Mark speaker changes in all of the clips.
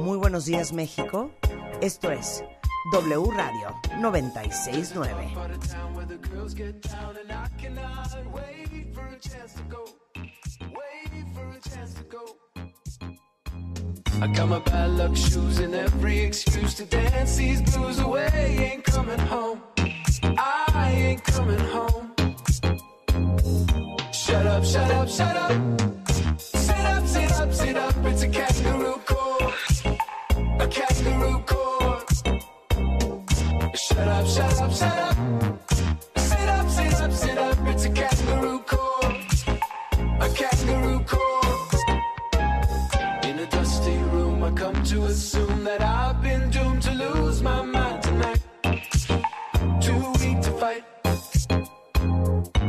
Speaker 1: Muy buenos días, México. Esto es W Radio 969.
Speaker 2: But a town where the girls get down and I cannot wait for a chance to go. Wait for a chance to go. I got my bad luck shoes and every excuse to dance these blues away. Ain't coming home. I ain't coming home. Shut up, shut up, shut up. Sit up, sit up, sit up. It's a kangaroo court. A kangaroo court. Shut up, shut up, shut up. Sit up, sit up, sit up. It's a kangaroo court. A kangaroo court. In a dusty room, I come to assume that I've been doomed to lose my mind tonight. Too weak to fight.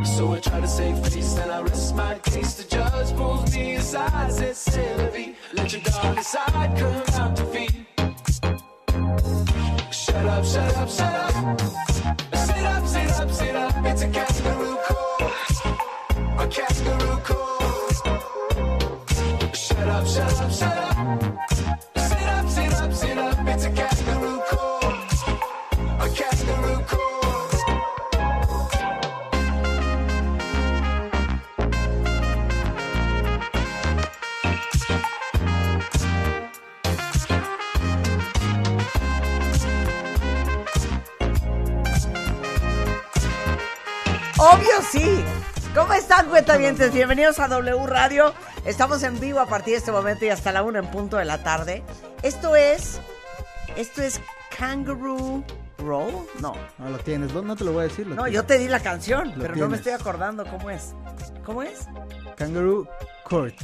Speaker 2: So I try to save face and I rest my case. The judge pulls me aside, says, "C'est la vie. Let your dark side come out to feed. Shut up, shut up, shut up. Sit up, sit up, sit up. It's a kangaroo court. A kangaroo court. Shut up, shut up, shut up. Sit up, sit up, sit up. It's a kangaroo court. A kangaroo court.
Speaker 1: Obvio sí. ¿Cómo están, cuentavientes? Bienvenidos a W Radio. Estamos en vivo a partir de este momento y hasta la 1 en punto de la tarde. Esto es. Esto es Kangaroo Roll. No,
Speaker 3: No lo tienes, no te lo voy a decir. lo
Speaker 1: no,
Speaker 3: tienes.
Speaker 1: yo te di la canción,
Speaker 3: Lo
Speaker 1: pero no me
Speaker 3: tienes.
Speaker 1: estoy acordando cómo es. ¿Cómo es?
Speaker 3: Kangaroo Court.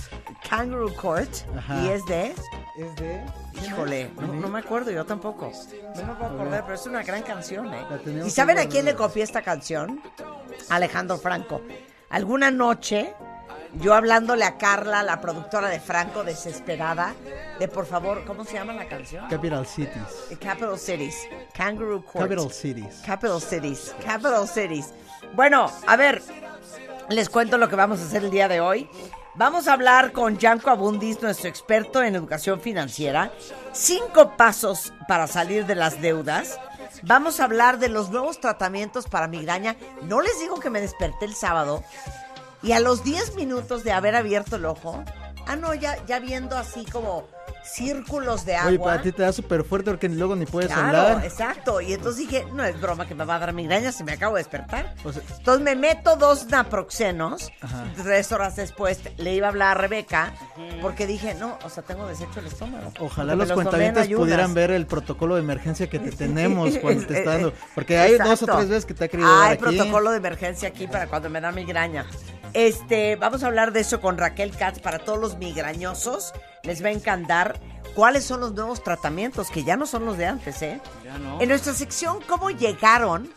Speaker 1: Kangaroo Court.
Speaker 3: Ajá.
Speaker 1: Y es de.
Speaker 3: Es de.
Speaker 1: Híjole, no, no me acuerdo, yo tampoco. No me puedo acordar, pero es una gran canción, ¿eh?
Speaker 3: La teníamos
Speaker 1: ¿Y saben a
Speaker 3: que
Speaker 1: quién le
Speaker 3: guardar.
Speaker 1: copié esta canción? A Alejandro Franco. Alguna noche, yo hablándole a Carla, la productora de Franco, desesperada, de por favor, ¿cómo se llama la canción? Eh,
Speaker 3: Capital Cities.
Speaker 1: Capital Cities, Kangaroo Court.
Speaker 3: Capital Cities.
Speaker 1: Capital Cities, Capital Cities. Bueno, a ver, les cuento lo que vamos a hacer el día de hoy. Vamos a hablar con Janko Abundis, nuestro experto en educación financiera. Cinco pasos para salir de las deudas. Vamos a hablar de los nuevos tratamientos para migraña. No les digo que me desperté el sábado y a los 10 minutos de haber abierto el ojo, ah, no, ya, ya viendo así como círculos de agua.
Speaker 3: Oye, para ti te da súper fuerte porque luego ni puedes
Speaker 1: Claro,
Speaker 3: hablar.
Speaker 1: exacto. Y entonces dije, no es broma que me va a dar migraña si me acabo de despertar.
Speaker 3: O sea-
Speaker 1: entonces me meto dos naproxenos.
Speaker 3: Ajá.
Speaker 1: Tres horas después le iba a hablar a Rebeca porque dije, no, o sea, tengo deshecho el estómago.
Speaker 3: Ojalá
Speaker 1: Que me
Speaker 3: los
Speaker 1: tomé en
Speaker 3: cuentavientes
Speaker 1: ayunas.
Speaker 3: pudieran ver el protocolo de emergencia que te tenemos cuando te está dando. Porque
Speaker 1: Eh,
Speaker 3: hay dos o
Speaker 1: exacto.
Speaker 3: tres veces que te ha querido dar
Speaker 1: Hay
Speaker 3: aquí.
Speaker 1: protocolo de emergencia aquí para cuando me da migraña. Este, vamos a hablar de eso con Raquel Katz para todos los migrañosos. Les va a encantar cuáles son los nuevos tratamientos que ya no son los de antes, ¿eh? En nuestra sección cómo llegaron,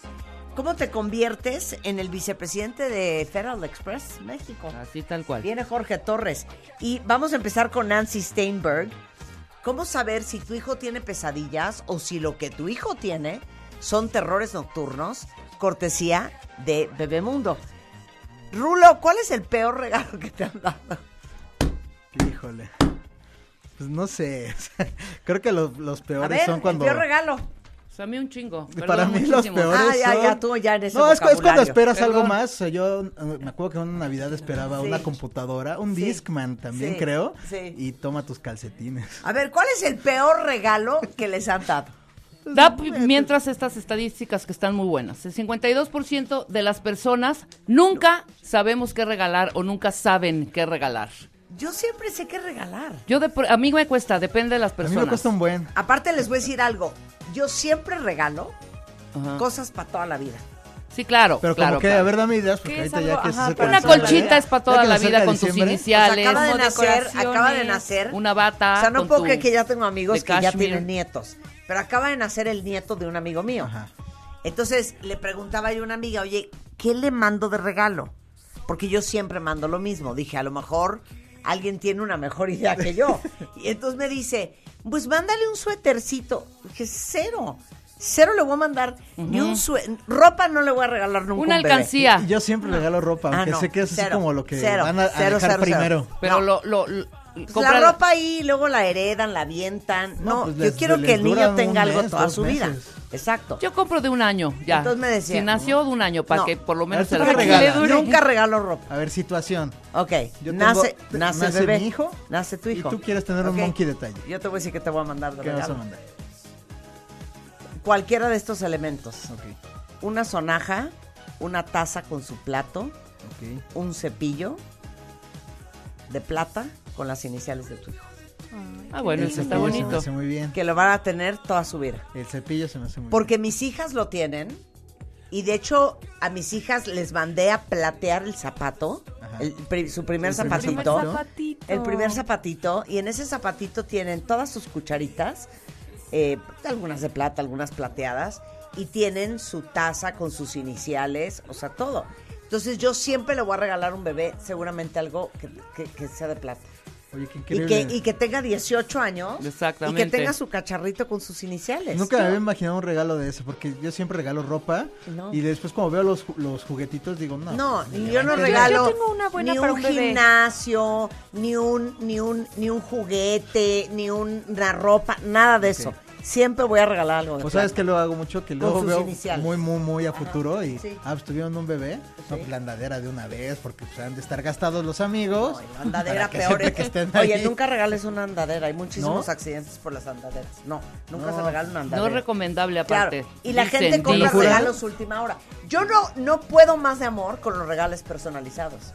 Speaker 1: cómo te conviertes en el vicepresidente de Federal Express México.
Speaker 4: Así tal cual.
Speaker 1: Viene Jorge Torres y vamos a empezar con Nancy Steinberg. ¿Cómo saber si tu hijo tiene pesadillas o si lo que tu hijo tiene son terrores nocturnos? Cortesía de Bebemundo. Rulo, ¿cuál es el peor regalo que te han dado?
Speaker 3: Híjole. Pues no sé. Creo que los, los
Speaker 1: A
Speaker 3: peores
Speaker 1: ver,
Speaker 3: son cuando.
Speaker 1: el peor regalo.
Speaker 4: O sea, a mí un chingo. perdón,
Speaker 3: Para mí los
Speaker 4: muchísimo.
Speaker 3: peores
Speaker 1: Ah, ya,
Speaker 3: son-
Speaker 1: ya, tú ya en ese
Speaker 3: No, es, cu- es cuando
Speaker 1: vocabulario.
Speaker 3: esperas algo
Speaker 4: Perdón.
Speaker 3: más. O sea, yo eh, me acuerdo que una Navidad esperaba
Speaker 1: Sí.
Speaker 3: una computadora, un
Speaker 1: Sí.
Speaker 3: Discman también,
Speaker 1: Sí.
Speaker 3: creo.
Speaker 1: Sí.
Speaker 3: Y toma tus calcetines.
Speaker 1: A ver, ¿cuál es el peor regalo que les han dado?
Speaker 4: Da
Speaker 3: Pues,
Speaker 4: p- mientras estas estadísticas que están muy buenas. El 52% de las personas nunca sabemos qué regalar o nunca saben qué regalar.
Speaker 1: Yo siempre sé qué regalar.
Speaker 4: Yo de, pr- a mí me cuesta, depende de las
Speaker 3: A mí
Speaker 4: personas.
Speaker 3: me cuesta un buen.
Speaker 1: Aparte les voy a decir algo. Yo siempre regalo
Speaker 4: Ajá.
Speaker 1: cosas para toda la vida.
Speaker 4: Sí, claro.
Speaker 3: Pero
Speaker 4: claro,
Speaker 3: como que,
Speaker 4: claro.
Speaker 3: a ver, dame ideas,
Speaker 5: ¿Qué
Speaker 3: porque
Speaker 5: es
Speaker 3: ahorita
Speaker 5: algo?
Speaker 3: ya que se
Speaker 5: Ajá,
Speaker 3: acerca
Speaker 5: para
Speaker 4: Una
Speaker 3: diciembre,
Speaker 4: conchita
Speaker 3: ya
Speaker 4: es para toda
Speaker 3: que se
Speaker 4: la
Speaker 3: acerca
Speaker 4: vida con tus
Speaker 3: diciembre,
Speaker 1: O sea,
Speaker 4: iniciales,
Speaker 1: acaba de
Speaker 5: como
Speaker 1: nacer,
Speaker 5: decoraciones.
Speaker 1: acaba de nacer.
Speaker 4: una bata.
Speaker 1: o sea, no
Speaker 4: con
Speaker 1: puedo
Speaker 4: tu-
Speaker 1: creer que ya tengo amigos
Speaker 4: de
Speaker 1: que ya
Speaker 4: cashmere.
Speaker 1: tienen nietos. Pero acaba de nacer el nieto de un amigo mío.
Speaker 3: Ajá.
Speaker 1: Entonces le preguntaba yo a una amiga, oye, ¿qué le mando de regalo? Porque yo siempre mando lo mismo. Dije, a lo mejor alguien tiene una mejor idea que yo. Y entonces me dice, pues mándale un suétercito. Dije, cero. Cero le voy a mandar. Ni un sue- Ropa no le voy a regalar nunca.
Speaker 4: Una
Speaker 1: a un bebé.
Speaker 4: alcancía.
Speaker 3: Y yo siempre regalo ropa,
Speaker 1: Ah,
Speaker 3: aunque
Speaker 1: no,
Speaker 3: sé que es así
Speaker 1: cero,
Speaker 3: como lo que
Speaker 1: cero,
Speaker 3: van a, a
Speaker 1: cero,
Speaker 3: dejar
Speaker 1: cero,
Speaker 3: primero.
Speaker 1: cero.
Speaker 4: Pero
Speaker 1: No.
Speaker 4: lo, lo, lo-
Speaker 1: Pues
Speaker 4: comprar-
Speaker 1: La ropa ahí, luego la heredan, la avientan. No,
Speaker 3: No, pues
Speaker 1: yo
Speaker 3: les-
Speaker 1: quiero
Speaker 3: les
Speaker 1: que el niño
Speaker 3: duran
Speaker 1: tenga
Speaker 3: un
Speaker 1: algo
Speaker 3: mes,
Speaker 1: toda
Speaker 3: dos
Speaker 1: su vida.
Speaker 3: meses.
Speaker 1: Exacto.
Speaker 4: Yo compro de un año ya.
Speaker 1: Entonces me decía,
Speaker 4: Si nació de un año, para
Speaker 1: no.
Speaker 4: que por lo menos
Speaker 3: Ahora
Speaker 4: se
Speaker 3: sí
Speaker 4: la
Speaker 3: me
Speaker 4: regale.
Speaker 3: regala.
Speaker 1: Yo Nunca regalo ropa.
Speaker 3: A ver, situación.
Speaker 1: Ok,
Speaker 3: Yo tengo-
Speaker 1: nace,
Speaker 3: te-
Speaker 1: nace, el
Speaker 3: nace
Speaker 1: bebé.
Speaker 3: mi hijo,
Speaker 1: Nace tu
Speaker 3: y
Speaker 1: hijo.
Speaker 3: tú quieres tener un
Speaker 1: Ok.
Speaker 3: monkey detalle.
Speaker 1: Yo te voy a decir que te voy a mandar de
Speaker 3: ¿Qué vas a
Speaker 1: regalo.
Speaker 3: mandar?
Speaker 1: Cualquiera de estos elementos.
Speaker 3: Ok,
Speaker 1: Una sonaja, una taza con su plato,
Speaker 3: ok.
Speaker 1: un cepillo de plata con las iniciales de tu hijo.
Speaker 4: Ah, bueno,
Speaker 3: el
Speaker 4: eso
Speaker 3: cepillo
Speaker 4: está
Speaker 3: se me
Speaker 4: bonito.
Speaker 3: hace muy bien.
Speaker 1: Que lo van a tener toda su vida.
Speaker 3: El cepillo se me hace muy
Speaker 1: Porque mis hijas lo tienen. Y de hecho, a mis hijas les mandé a platear el zapato.
Speaker 3: Ajá.
Speaker 1: el pri- su primer
Speaker 3: El primer
Speaker 1: zapatito.
Speaker 5: Primer
Speaker 3: ¿no?
Speaker 5: zapatito.
Speaker 1: El primer zapatito. Y en ese zapatito tienen todas sus cucharitas. eh, algunas de plata, algunas plateadas. Y tienen su taza con sus iniciales. O sea, todo. Entonces yo siempre le voy a regalar a un bebé seguramente algo que, que- que sea de plata.
Speaker 3: bien. Oye, qué
Speaker 1: Y
Speaker 3: increíble.
Speaker 1: que, y que tenga 18 años. Y
Speaker 4: Exactamente.
Speaker 1: que tenga su cacharrito con sus iniciales.
Speaker 3: Nunca me había imaginado un regalo de ese, porque yo siempre regalo ropa
Speaker 1: No.
Speaker 3: y después como veo los, ju- los juguetitos digo, no.
Speaker 1: No,
Speaker 3: pues,
Speaker 1: ni
Speaker 3: ni
Speaker 1: yo
Speaker 3: le
Speaker 1: no
Speaker 3: van a
Speaker 1: regalo
Speaker 5: Yo tengo una buena
Speaker 1: ni
Speaker 5: para
Speaker 1: un
Speaker 5: un bebé.
Speaker 1: gimnasio, ni un, ni un, ni un juguete, ni un- una ropa, nada de eso.
Speaker 3: Ok.
Speaker 1: Siempre voy a regalar algo. de
Speaker 3: O Pues, sabes
Speaker 1: plata.
Speaker 3: que lo hago mucho, que luego
Speaker 1: sus
Speaker 3: veo
Speaker 1: iniciales.
Speaker 3: muy, muy, muy a futuro y
Speaker 1: sí.
Speaker 3: ah, pues tuvieron un bebé, no, pues la andadera de una vez, porque pues, han de estar gastados los amigos.
Speaker 1: Ay, la andadera
Speaker 3: para que
Speaker 1: peor
Speaker 3: sepa
Speaker 1: es
Speaker 3: que estén
Speaker 1: Oye,
Speaker 3: ahí.
Speaker 1: nunca regales una andadera. Hay muchísimos
Speaker 3: ¿No?
Speaker 1: accidentes por las andaderas. No, nunca
Speaker 3: No.
Speaker 1: se regala una
Speaker 4: No
Speaker 1: andadera.
Speaker 4: es recomendable
Speaker 1: Claro,
Speaker 4: aparte.
Speaker 1: y la
Speaker 4: Dicen,
Speaker 1: gente compra
Speaker 4: dicen.
Speaker 1: regalos última hora. Yo no, no puedo más de amor con los regales personalizados.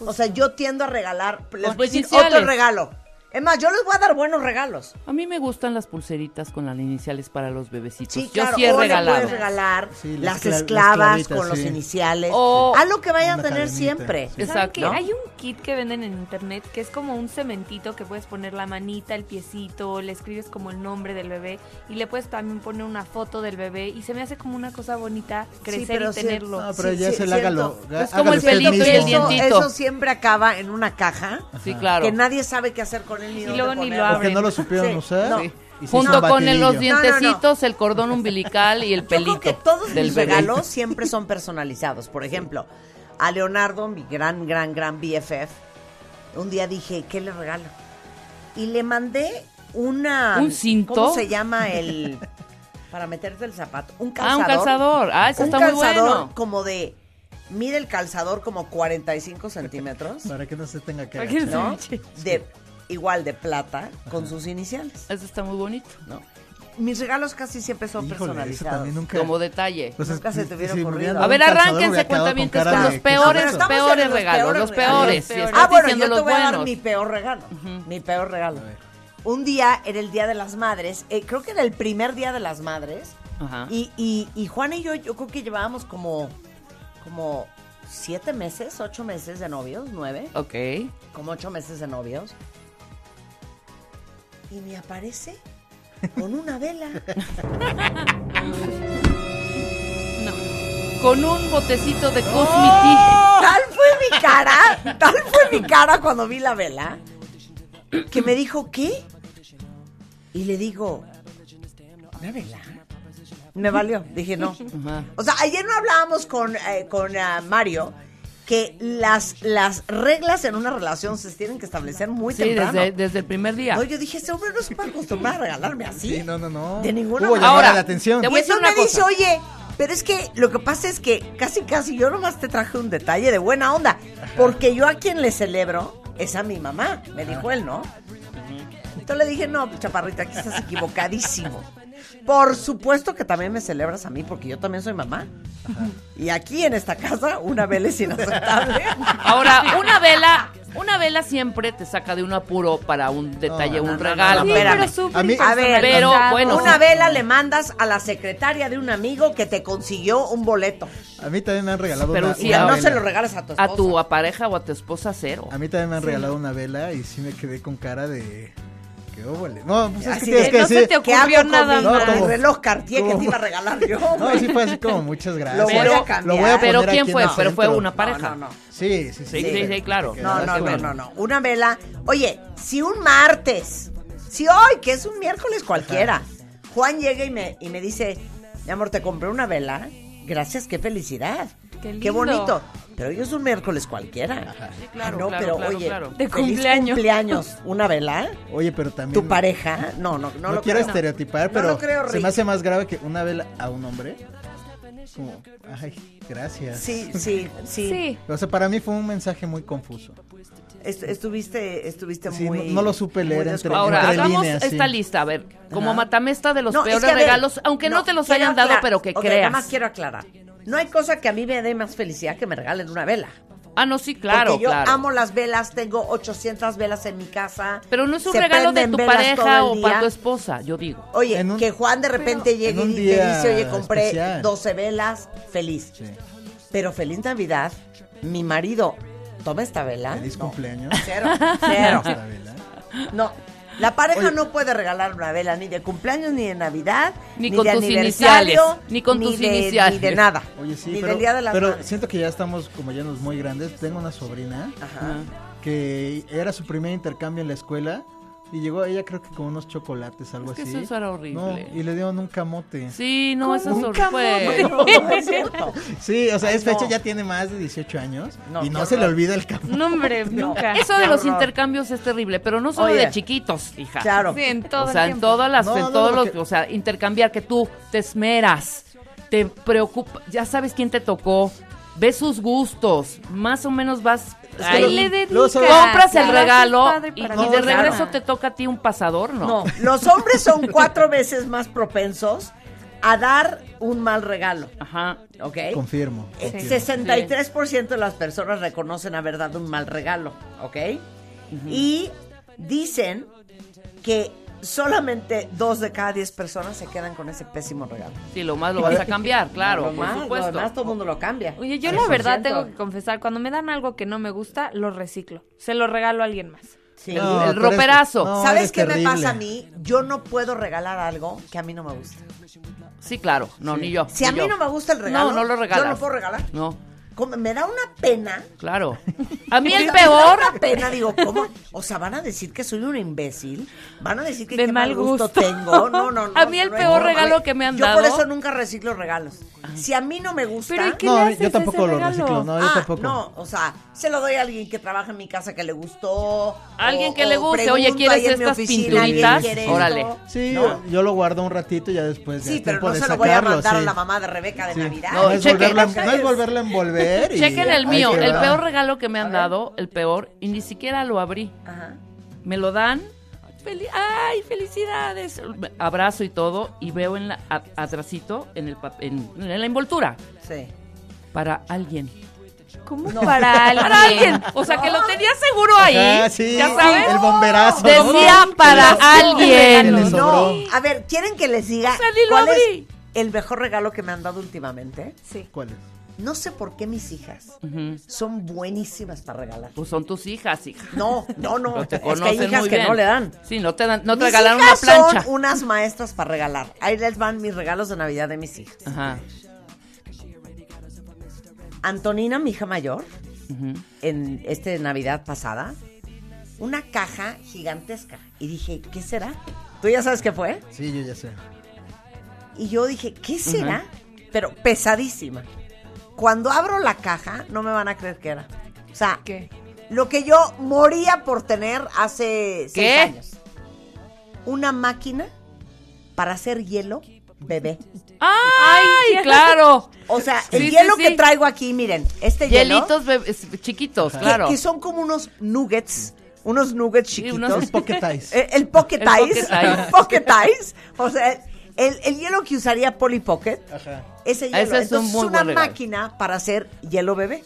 Speaker 1: O sea, yo tiendo a regalar, les
Speaker 5: Pues
Speaker 4: Con
Speaker 1: voy a decir
Speaker 4: iniciales.
Speaker 1: otro regalo. Es más, yo les voy a dar buenos regalos.
Speaker 4: A mí me gustan las pulseritas con las iniciales para los bebecitos.
Speaker 1: Sí,
Speaker 4: Pues Yo
Speaker 1: claro.
Speaker 4: sí he
Speaker 1: o le
Speaker 4: regalado.
Speaker 1: puedes regalar este.
Speaker 3: Sí, las
Speaker 1: las,
Speaker 3: cla- las
Speaker 1: esclavas
Speaker 3: clavitas,
Speaker 1: con los
Speaker 3: sí.
Speaker 1: iniciales.
Speaker 4: O-
Speaker 1: Algo que vayan a
Speaker 3: Una
Speaker 1: tener
Speaker 3: cadenita,
Speaker 1: siempre.
Speaker 3: sí.
Speaker 5: ¿Saben
Speaker 4: Exacto.
Speaker 5: qué?
Speaker 4: ¿No?
Speaker 5: Hay un kit que venden en internet que es como un cementito que puedes poner la manita, el piecito, le escribes como el nombre del bebé y le puedes también poner una foto del bebé y se me hace como una cosa bonita crecer
Speaker 1: pero
Speaker 5: y
Speaker 1: sí-
Speaker 5: tenerlo.
Speaker 3: No, pero
Speaker 1: Sí,
Speaker 3: ya
Speaker 1: sí,
Speaker 3: se
Speaker 1: es
Speaker 3: le hágalo.
Speaker 1: cierto.
Speaker 3: ga-
Speaker 4: Es como
Speaker 3: hágalo
Speaker 4: el
Speaker 3: usted
Speaker 4: pelito y el
Speaker 3: mismo.
Speaker 1: Eso,
Speaker 4: dientito.
Speaker 1: eso siempre acaba en una caja
Speaker 4: Sí, claro.
Speaker 1: que nadie sabe qué hacer con él ni
Speaker 5: Y
Speaker 1: dónde
Speaker 5: luego ni lo
Speaker 1: ponerlo.
Speaker 3: Porque
Speaker 5: abren.
Speaker 3: no lo supieron
Speaker 1: Sí,
Speaker 3: usar.
Speaker 1: no.
Speaker 3: y se hizo
Speaker 4: Junto
Speaker 3: un
Speaker 4: con el- los
Speaker 3: batidillo.
Speaker 1: No, no, no.
Speaker 4: dientecitos, el cordón umbilical y el
Speaker 1: Yo
Speaker 4: pelito
Speaker 1: creo que todos
Speaker 4: del
Speaker 1: mis
Speaker 4: bebé.
Speaker 1: regalos siempre son personalizados. Por ejemplo, a Leonardo, mi gran, gran, gran BFF, un día dije, ¿qué le regalo? Y le mandé una...
Speaker 4: ¿Un cinto?
Speaker 1: ¿Cómo se llama el...? Para meterte el zapato. Un
Speaker 4: Ah,
Speaker 1: calzador.
Speaker 4: un calzador. Ah, ese
Speaker 1: un
Speaker 4: está muy
Speaker 1: calzador
Speaker 4: bueno.
Speaker 1: como de... Mide el calzador como 45 centímetros,
Speaker 3: Para que no se tenga que
Speaker 5: Para que
Speaker 3: agachar.
Speaker 5: no
Speaker 1: ¿no? De, igual de plata, con sus iniciales,
Speaker 4: Ese está muy bonito.
Speaker 1: ¿no? Mis regalos casi siempre son
Speaker 3: Híjole, eso
Speaker 1: personalizados.
Speaker 3: también nunca.
Speaker 4: Como detalle.
Speaker 3: O sea,
Speaker 1: Nunca se te hubiera
Speaker 3: me
Speaker 1: ocurrido.
Speaker 3: hubieran
Speaker 1: A
Speaker 3: dado
Speaker 4: ver,
Speaker 3: un calzador,
Speaker 4: arranquense,
Speaker 3: hubiera quedado con
Speaker 4: cuentavientes,
Speaker 3: cara
Speaker 4: con
Speaker 3: de,
Speaker 4: los
Speaker 3: ¿qué es
Speaker 1: No,
Speaker 4: peores,
Speaker 1: pero
Speaker 3: esto?
Speaker 1: estamos
Speaker 4: peores
Speaker 1: en los
Speaker 4: regalos, los peores.
Speaker 1: regalos.
Speaker 4: Sí, estás
Speaker 1: Ah, bueno,
Speaker 4: diciendo
Speaker 1: yo te
Speaker 4: los
Speaker 1: voy a dar
Speaker 4: buenos.
Speaker 1: mi peor regalo. Mi peor regalo. Un día era el Día de las Madres, eh, creo que era el primer Día de las Madres,
Speaker 4: Ajá.
Speaker 1: y, y, y Juan y yo, yo creo que llevábamos como, como siete meses, ocho meses de novios, nueve,
Speaker 4: Ok.
Speaker 1: como ocho meses de novios, y me aparece con una vela.
Speaker 4: Con un botecito de cosmití.
Speaker 1: Tal fue mi cara, tal fue mi cara cuando vi la vela, que me dijo, ¿qué? Y le digo, ¿una vela? Me valió, dije no.
Speaker 4: Ajá.
Speaker 1: O sea, ayer no hablábamos con, eh, con ah, Mario que las, las reglas en una relación se tienen que establecer muy
Speaker 4: Sí,
Speaker 1: temprano.
Speaker 4: desde, desde el primer día.
Speaker 1: No, yo dije, este hombre no se puede acostumbrar a regalarme así.
Speaker 3: Sí, no, no, no.
Speaker 1: De ninguna
Speaker 3: Hubo
Speaker 1: manera.
Speaker 3: llamada
Speaker 4: Ahora,
Speaker 3: de atención.
Speaker 4: te
Speaker 1: Y
Speaker 4: voy a decir
Speaker 1: entonces
Speaker 4: una
Speaker 1: me dice,
Speaker 4: cosa.
Speaker 1: oye, pero es que lo que pasa es que casi, casi yo nomás te traje un detalle de buena onda. Porque yo a quien le celebro es a mi mamá, me dijo él, ¿no? Entonces le dije, no, chaparrita, aquí estás equivocadísimo. Por supuesto que también me celebras a mí, porque yo también soy mamá. Y aquí en esta casa, una vela es inaceptable.
Speaker 4: Ahora, una vela, una una vela siempre te saca de un apuro para un detalle,
Speaker 3: No, no,
Speaker 4: un
Speaker 3: no,
Speaker 4: regalo.
Speaker 3: no, no,
Speaker 5: Sí,
Speaker 1: espérame.
Speaker 5: pero súper
Speaker 3: A mí-
Speaker 1: A ver,
Speaker 4: Pero,
Speaker 5: personalizado.
Speaker 4: bueno,
Speaker 1: una
Speaker 4: sí.
Speaker 1: vela le mandas a la secretaria de un amigo que te consiguió un boleto.
Speaker 3: A mí también me han regalado
Speaker 4: Pero
Speaker 3: una,
Speaker 4: sí,
Speaker 1: y
Speaker 3: una
Speaker 1: no
Speaker 3: vela.
Speaker 1: se lo regalas a tu esposa.
Speaker 4: A tu pareja o a tu esposa cero.
Speaker 3: A mí también me han regalado una vela y sí me quedé con cara de... ¡Qué óvole! No, pues es que
Speaker 1: Así
Speaker 3: tienes
Speaker 1: de,
Speaker 3: que
Speaker 5: no se
Speaker 3: decir...
Speaker 5: te
Speaker 1: ¿Qué
Speaker 5: ocurrió
Speaker 1: hago con
Speaker 5: nada
Speaker 1: mi
Speaker 3: más.
Speaker 1: el
Speaker 3: ¿Cómo?
Speaker 1: reloj Cartier que
Speaker 3: ¿Cómo?
Speaker 1: te iba a regalar yo?
Speaker 3: No, sí fue así como muchas gracias.
Speaker 1: voy a cambiar.
Speaker 3: voy a
Speaker 4: Pero
Speaker 3: poner
Speaker 4: ¿quién
Speaker 3: aquí en
Speaker 4: fue?
Speaker 3: el
Speaker 4: Pero fue
Speaker 3: centro.
Speaker 4: una pareja.
Speaker 1: No, no, no.
Speaker 3: Sí, sí, sí.
Speaker 4: Sí, sí, sí, claro.
Speaker 3: Que
Speaker 1: No,
Speaker 3: nada
Speaker 1: no,
Speaker 3: más
Speaker 1: no,
Speaker 3: que-
Speaker 1: no, no. Una vela. Oye, si un martes, si hoy, que es un miércoles cualquiera, Juan llega y me, y me dice, mi amor, te compré una vela. Gracias, qué felicidad.
Speaker 5: Qué lindo.
Speaker 1: bonito. Pero hoy es un miércoles cualquiera. Ah,
Speaker 4: claro,
Speaker 1: no,
Speaker 4: claro,
Speaker 1: pero
Speaker 4: claro,
Speaker 1: oye,
Speaker 4: claro.
Speaker 5: De
Speaker 1: feliz
Speaker 5: cumpleaños.
Speaker 1: cumpleaños, una vela.
Speaker 3: Oye, pero también...
Speaker 1: Tu pareja. No, no, no,
Speaker 3: Mm. No,
Speaker 1: lo
Speaker 3: quiero este-
Speaker 1: creo.
Speaker 3: estereotipar,
Speaker 1: No
Speaker 3: pero
Speaker 1: lo creo,
Speaker 3: se
Speaker 1: Rick.
Speaker 3: me hace más grave que una vela a un hombre. Es Como, ay, gracias.
Speaker 1: Sí, sí, sí.
Speaker 5: Sí.
Speaker 3: O sea, para mí fue un mensaje muy confuso.
Speaker 1: Est- estuviste, estuviste
Speaker 3: Sí,
Speaker 1: muy.
Speaker 3: no- no lo supe leer
Speaker 1: muy
Speaker 3: entre-
Speaker 1: desconectado.
Speaker 4: Ahora,
Speaker 3: entre
Speaker 4: hagamos
Speaker 3: líneas, sí.
Speaker 4: esta lista, a ver, como
Speaker 1: Ajá.
Speaker 4: matamesta de los
Speaker 1: No, es
Speaker 4: peores
Speaker 1: que, a ver,
Speaker 4: regalos, aunque no, te los
Speaker 1: quiero
Speaker 4: hayan dado,
Speaker 1: aclarar-
Speaker 4: pero que
Speaker 1: ok,
Speaker 4: creas.
Speaker 1: Nada más quiero aclarar. No hay cosa que a mí me dé más felicidad que me regalen una vela.
Speaker 4: Ah, no, sí, claro,
Speaker 1: Porque yo
Speaker 4: claro.
Speaker 1: amo las velas, tengo 800 velas en mi casa.
Speaker 4: Pero no es un
Speaker 1: se
Speaker 4: regalo de
Speaker 1: prenden
Speaker 4: tu
Speaker 1: velas
Speaker 4: pareja
Speaker 1: todo el
Speaker 4: o para
Speaker 1: día.
Speaker 4: tu esposa, yo digo.
Speaker 1: Oye,
Speaker 3: En un-
Speaker 1: que Juan de repente llegue
Speaker 3: en
Speaker 1: y
Speaker 3: un
Speaker 1: te
Speaker 3: día
Speaker 1: dice, oye, compré
Speaker 3: especial.
Speaker 1: 12 velas, feliz.
Speaker 3: Sí.
Speaker 1: Pero feliz Navidad, mi marido, toma esta vela.
Speaker 3: Feliz
Speaker 1: Ah, No,
Speaker 3: cumpleaños. ¿eh?
Speaker 1: Cero, cero.
Speaker 3: Esta vela.
Speaker 1: No. La pareja no puede regalar una vela ni de cumpleaños, ni de Navidad,
Speaker 4: Ni con
Speaker 1: de
Speaker 4: tus
Speaker 1: aniversario,
Speaker 4: iniciales, ni con tus
Speaker 1: de-
Speaker 4: iniciales.
Speaker 1: Ni de nada.
Speaker 3: Oye, sí,
Speaker 1: ni
Speaker 3: pero,
Speaker 1: del día de las
Speaker 3: pero
Speaker 1: Madres.
Speaker 3: siento que ya estamos como llenos muy grandes. Tengo una sobrina
Speaker 1: Ajá.
Speaker 3: que era su primer intercambio en la escuela y llegó ella creo que con unos chocolates, algo
Speaker 4: Es que
Speaker 3: así.
Speaker 4: eso era horrible.
Speaker 3: No, y le dieron un camote. Sí,
Speaker 4: Sí, no, eso es horrible.
Speaker 3: o sea,
Speaker 1: Ay,
Speaker 3: es fecha,
Speaker 1: no.
Speaker 3: ya tiene más de 18 años
Speaker 1: No,
Speaker 3: y no
Speaker 1: qué
Speaker 3: se le
Speaker 1: horror.
Speaker 3: olvida el camote.
Speaker 5: No, hombre, nunca.
Speaker 4: Eso de los
Speaker 1: horror.
Speaker 4: intercambios es terrible, pero no solo
Speaker 1: Oye.
Speaker 4: de chiquitos, hija.
Speaker 1: Claro.
Speaker 5: Sí, en todo
Speaker 4: O
Speaker 5: el
Speaker 4: sea, en
Speaker 5: tiempo.
Speaker 4: todas las,
Speaker 3: No,
Speaker 4: en
Speaker 3: no,
Speaker 4: todos
Speaker 3: lo
Speaker 4: los,
Speaker 3: que-
Speaker 4: o sea, intercambiar que tú te esmeras, te preocupa, ya sabes quién te tocó, ves sus gustos, más o menos vas
Speaker 5: ¿Qué
Speaker 3: Pero-
Speaker 5: le
Speaker 4: ahí,
Speaker 5: dedicas?
Speaker 3: luego se-
Speaker 4: compras
Speaker 5: Claro,
Speaker 4: el
Speaker 5: eso es
Speaker 4: regalo
Speaker 5: padre
Speaker 4: y,
Speaker 5: para
Speaker 4: y
Speaker 5: ti.
Speaker 4: de
Speaker 1: No, claro.
Speaker 4: regreso te toca a ti un pasador, ¿no?
Speaker 1: No, los hombres son cuatro veces más propensos a dar un mal regalo,
Speaker 4: Ajá.
Speaker 1: ¿ok?
Speaker 3: Confirmo.
Speaker 1: Eh,
Speaker 3: confirmo.
Speaker 1: 63% de las personas reconocen haber dado un mal regalo, ¿ok? Y dicen que solamente dos de cada diez personas se quedan con ese pésimo regalo.
Speaker 4: Sí, lo más lo vas a cambiar, claro,
Speaker 1: lo
Speaker 4: por
Speaker 1: más,
Speaker 4: supuesto.
Speaker 1: Lo demás todo el mundo lo cambia.
Speaker 5: Oye, yo
Speaker 1: Al
Speaker 5: la verdad
Speaker 1: 100%.
Speaker 5: tengo que confesar, cuando me dan algo que no me gusta, lo reciclo. Se lo regalo a alguien más.
Speaker 1: Sí.
Speaker 3: No,
Speaker 4: el
Speaker 3: tú eres-
Speaker 4: roperazo.
Speaker 3: no,
Speaker 1: ¿Sabes
Speaker 3: eres
Speaker 1: qué me
Speaker 3: terrible.
Speaker 1: pasa a mí? Yo no puedo regalar algo que a mí no me gusta.
Speaker 4: Sí, claro, no, ni yo.
Speaker 1: Si a
Speaker 4: ni
Speaker 1: mí
Speaker 4: yo.
Speaker 1: no me gusta el regalo,
Speaker 4: no, no lo regalas.
Speaker 1: yo no puedo regalar.
Speaker 4: No,
Speaker 1: Como- Me da una pena.
Speaker 4: claro. A mí el
Speaker 1: Me da
Speaker 4: peor,
Speaker 1: una pena, digo, ¿cómo? O sea, van a decir que soy un imbécil. Van a decir que
Speaker 5: De
Speaker 1: qué
Speaker 5: mal gusto.
Speaker 1: tengo. No, no, no.
Speaker 4: A mí el
Speaker 1: no hay
Speaker 4: peor
Speaker 1: forma.
Speaker 4: regalo que me han
Speaker 1: yo
Speaker 4: dado-
Speaker 1: Yo por eso nunca reciclo regalos. Si a mí no me gusta.
Speaker 5: Pero, ¿y qué le
Speaker 3: No,
Speaker 5: haces a
Speaker 3: yo tampoco
Speaker 5: ese
Speaker 3: lo
Speaker 5: regalo?
Speaker 3: reciclo, no, yo
Speaker 1: ah,
Speaker 3: tampoco.
Speaker 1: no, o sea, se lo doy a alguien que trabaja en mi casa que le gustó.
Speaker 4: Alguien
Speaker 1: o-
Speaker 4: que le
Speaker 1: o
Speaker 4: guste,
Speaker 1: pregunto
Speaker 4: oye, ¿quieres
Speaker 1: ahí en mi
Speaker 4: estas
Speaker 1: oficina, ¿alguien
Speaker 3: pinturitas?
Speaker 1: quiere esto?
Speaker 4: Órale.
Speaker 3: Sí,
Speaker 1: ¿No?
Speaker 3: yo lo guardo un ratito y ya después ya
Speaker 1: Sí,
Speaker 3: es
Speaker 1: pero
Speaker 3: tiempo
Speaker 1: no
Speaker 3: de
Speaker 1: se lo voy a
Speaker 3: sacarlo,
Speaker 1: mandar a
Speaker 3: sí.
Speaker 1: la mamá de Rebeca de
Speaker 3: Sí.
Speaker 1: Navidad.
Speaker 3: No, es
Speaker 4: chequen.
Speaker 3: volverla- no es volverla a envolver. y-
Speaker 4: chequen el
Speaker 3: Ahí
Speaker 4: mío,
Speaker 3: te
Speaker 4: el
Speaker 3: va.
Speaker 4: peor regalo que me han dado, el peor, y ni siquiera lo abrí.
Speaker 1: Ajá.
Speaker 4: me lo dan. Fel- ¡Ay, felicidades! Abrazo y todo, y veo en la, a- atrasito, en, el, pap- en, en la envoltura,
Speaker 1: Sí.
Speaker 4: para alguien.
Speaker 5: ¿Cómo para alguien?
Speaker 4: ¡Para alguien! O sea, que lo tenía seguro ahí.
Speaker 3: Ajá, Ah, sí,
Speaker 4: ya sabes.
Speaker 3: el bomberazo.
Speaker 4: Decía para
Speaker 3: Que le
Speaker 4: alguien.
Speaker 1: No,
Speaker 3: sobró.
Speaker 1: a ver, ¿quieren que les diga
Speaker 4: O sea, ni lo
Speaker 1: cuál es
Speaker 4: abrí.
Speaker 1: el mejor regalo que me han dado últimamente?
Speaker 5: Sí.
Speaker 3: ¿Cuál es?
Speaker 1: No sé por qué mis hijas
Speaker 4: Ujú.
Speaker 1: son buenísimas para regalar.
Speaker 4: Pues son tus hijas, hija.
Speaker 1: No, no, no.
Speaker 4: Pero te
Speaker 1: es que hay
Speaker 4: conocen
Speaker 1: hijas
Speaker 4: muy
Speaker 1: que
Speaker 4: bien.
Speaker 1: no le dan.
Speaker 4: Sí, no te, dan, no te
Speaker 1: Mis
Speaker 4: regalaron una
Speaker 1: hijas
Speaker 4: plancha.
Speaker 1: son unas maestras para regalar. Ahí les van mis regalos de Navidad de mis hijas.
Speaker 4: Ajá.
Speaker 1: Antonina, mi hija mayor,
Speaker 4: Ujú.
Speaker 1: en este Navidad pasada, una caja gigantesca. Y dije, ¿qué será? ¿Tú ya sabes qué fue?
Speaker 3: Sí, yo ya sé.
Speaker 1: Y yo dije, ¿qué será? Pero pesadísima. Cuando abro la caja, no me van a creer que era. O sea,
Speaker 5: ¿Qué?
Speaker 1: lo que yo moría por tener hace
Speaker 4: ¿Qué?
Speaker 1: seis años. Una máquina para hacer hielo bebé.
Speaker 4: ¡Ay,
Speaker 5: ya.
Speaker 4: claro!
Speaker 1: O sea, el
Speaker 4: Sí, sí,
Speaker 1: hielo
Speaker 4: sí.
Speaker 1: que traigo aquí, miren, este hielo.
Speaker 4: Hielitos bebés- chiquitos,
Speaker 1: que-
Speaker 4: claro.
Speaker 1: Que, son como unos nuggets, unos nuggets chiquitos.
Speaker 4: unos
Speaker 3: Los pocket eyes.
Speaker 1: Eh, El pocket
Speaker 4: El pocket
Speaker 1: ice.
Speaker 4: ice.
Speaker 1: el pocket ice. O sea, el, el hielo que usaría Polly Pocket.
Speaker 3: Ajá.
Speaker 1: Ese hielo.
Speaker 4: Ese es un
Speaker 1: Entonces,
Speaker 4: muy
Speaker 1: una
Speaker 4: buen regalo.
Speaker 1: máquina para hacer hielo bebé.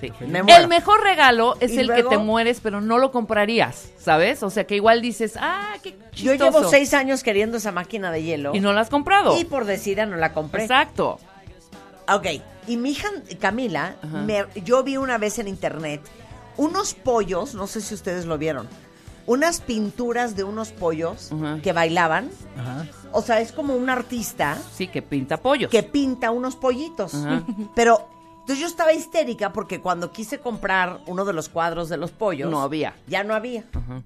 Speaker 4: Sí.
Speaker 1: Me muero.
Speaker 4: El mejor regalo es
Speaker 1: Y
Speaker 4: el
Speaker 1: luego-
Speaker 4: que te mueres, pero no lo comprarías, ¿sabes? O sea, que igual dices, ah, qué
Speaker 1: Yo
Speaker 4: chistoso.
Speaker 1: llevo seis años queriendo esa máquina de hielo.
Speaker 4: Y no la has comprado.
Speaker 1: Y por decida no la compré.
Speaker 4: Exacto.
Speaker 1: Ok, y mi hija Camila,
Speaker 4: Ajá.
Speaker 1: me- yo vi una vez en internet unos pollos, no sé si ustedes lo vieron, unas pinturas de unos pollos
Speaker 4: Ajá.
Speaker 1: que bailaban.
Speaker 3: Ajá.
Speaker 1: O sea, es como un artista
Speaker 4: Sí, que pinta pollos.
Speaker 1: que pinta unos pollitos.
Speaker 4: Ajá.
Speaker 1: Pero entonces yo estaba histérica porque cuando quise comprar uno de los cuadros de los pollos,
Speaker 4: No había.
Speaker 1: ya no había.
Speaker 4: Ajá.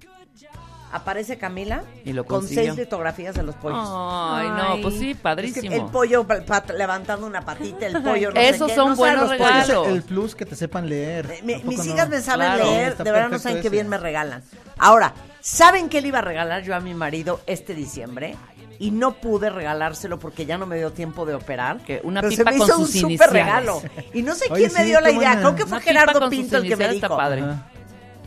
Speaker 1: Aparece Camila
Speaker 4: Y lo
Speaker 1: con
Speaker 4: consiguió.
Speaker 1: seis litografías de los pollos.
Speaker 3: Oh,
Speaker 4: Ay, no,
Speaker 5: Ay.
Speaker 4: pues sí,
Speaker 1: Es que
Speaker 4: padrísimo.
Speaker 1: el pollo pa- pa- levantando una patita, el pollo. No
Speaker 4: Esos
Speaker 1: sé qué,
Speaker 4: son
Speaker 1: no saben
Speaker 4: buenos
Speaker 1: los
Speaker 3: Ese
Speaker 1: pollos.
Speaker 3: es
Speaker 4: Claro.
Speaker 3: el plus que te sepan leer.
Speaker 1: Eh, mi-
Speaker 3: ¿A poco
Speaker 1: mis
Speaker 3: no?
Speaker 1: hijas me saben
Speaker 4: Claro.
Speaker 1: leer,
Speaker 3: Está
Speaker 1: de verdad no
Speaker 3: perfecto
Speaker 1: saben qué
Speaker 3: ese.
Speaker 1: bien me regalan. Ahora, ¿saben qué le iba a regalar yo a mi marido este diciembre? Y no pude regalárselo porque ya no me dio tiempo de operar.
Speaker 4: ¿Qué? Una
Speaker 1: Pero se
Speaker 4: pipa
Speaker 1: me
Speaker 4: con
Speaker 1: hizo
Speaker 4: sus
Speaker 1: un súper
Speaker 4: iniciales.
Speaker 1: regalo. Y no sé
Speaker 3: Oye,
Speaker 1: quién me
Speaker 3: sí,
Speaker 1: dio la
Speaker 3: qué
Speaker 1: idea.
Speaker 3: buena.
Speaker 1: Creo que fue
Speaker 4: Una pipa
Speaker 1: Gerardo
Speaker 4: con sus
Speaker 1: Pinto el que me
Speaker 4: iniciales está
Speaker 1: dijo.
Speaker 4: padre.
Speaker 3: Ajá.